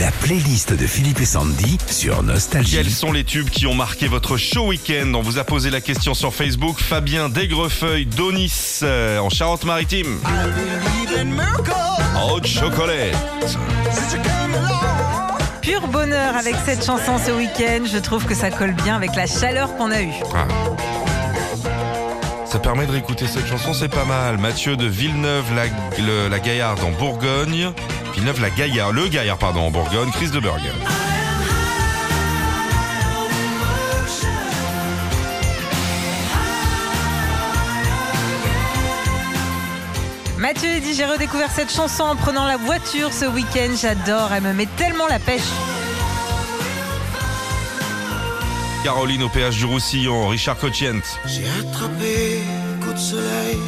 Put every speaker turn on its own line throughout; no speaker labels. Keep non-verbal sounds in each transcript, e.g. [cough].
La playlist de Philippe et Sandy sur Nostalgie.
Quels sont les tubes qui ont marqué votre show week-end On vous a posé la question sur Facebook. Fabien D'Aigrefeuille d'Onis euh, en Charente-Maritime. Oh, chocolat
Pur bonheur avec cette chanson ce week-end. Je trouve que ça colle bien avec la chaleur qu'on a eue.
Ah. Ça permet de réécouter cette chanson, c'est pas mal. Mathieu de Villeneuve-la-Gaillarde en Bourgogne. Villeneuve-la-Gaillarde, le Gaillard, pardon, en Bourgogne. Chris de Burg.
Mathieu il dit J'ai redécouvert cette chanson en prenant la voiture ce week-end. J'adore, elle me met tellement la pêche.
Caroline au péage du Roussillon, Richard Cochient.
J'ai attrapé un coup de soleil,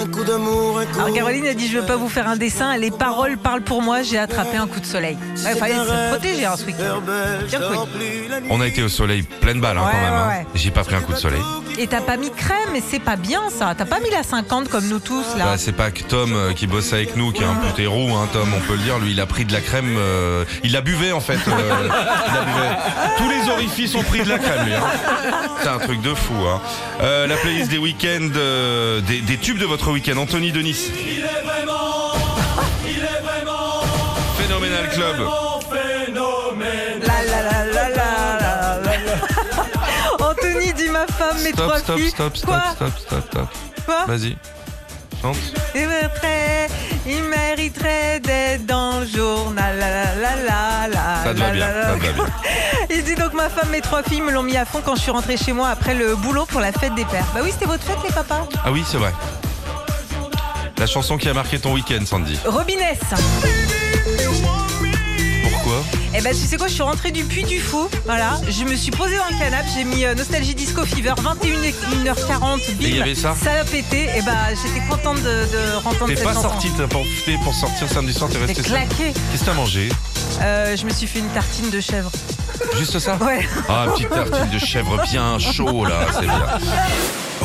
un coup d'amour, un coup
Alors Ah, Caroline a dit Je veux pas vous faire un dessin, les paroles parlent pour moi, j'ai attrapé un coup de soleil. Ouais, fallait se protéger hein, ce week-end. Bien que oui.
On a été au soleil, pleine balle hein,
Ouais,
quand même. hein.
ouais, ouais.
J'ai pas pris un coup de soleil.
Et t'as pas mis crème, mais c'est pas bien ça. T'as pas mis la 50 comme nous tous là.
Bah, c'est pas que Tom euh, qui bosse avec nous, qui est un peu roux, hein, Tom, on peut le dire. Lui, il a pris de la crème. euh, il la buvait, en fait. euh, il la buvait. Tous les orifices ont pris de la crème, lui. hein. C'est un truc de fou. Hein. Euh, la playlist des week-ends, euh, des, des tubes de votre week-end. Anthony Denis. Phénoménal Club.
La la la la la [laughs] la la. Anthony dit ma femme, mes
Stop,
trois
stop,
filles.
stop, stop,
Quoi
stop, stop, stop.
Quoi
Vas-y. Chante.
Il mériterait, il mériterait d'être dans le journal. La, la, la, la, la,
Ça te va
la,
bien,
la,
ça
la.
te va bien.
[laughs] Il dit donc ma femme, mes trois filles me l'ont mis à fond quand je suis rentrée chez moi après le boulot pour la fête des pères. Bah oui, c'était votre fête les papas.
Ah oui, c'est vrai. La chanson qui a marqué ton week-end, Sandy.
Robinès.
Pourquoi
Eh ben tu sais quoi, je suis rentrée du Puy du Fou. Voilà, je me suis posée dans le canapé, j'ai mis euh, Nostalgie Disco Fever 21h40.
Et il y avait ça
Ça a pété. Et bah j'étais contente de, de rentendre
T'es
cette
pas
chanson.
sorti, t'as profité pour sortir samedi soir, t'es
J'étais
resté seul.
claquée.
Qu'est-ce que t'as mangé
Euh, je me suis fait une tartine de chèvre.
Juste
[laughs]
ça
Ouais.
Ah, petite tartine de chèvre bien chaud là, c'est bien.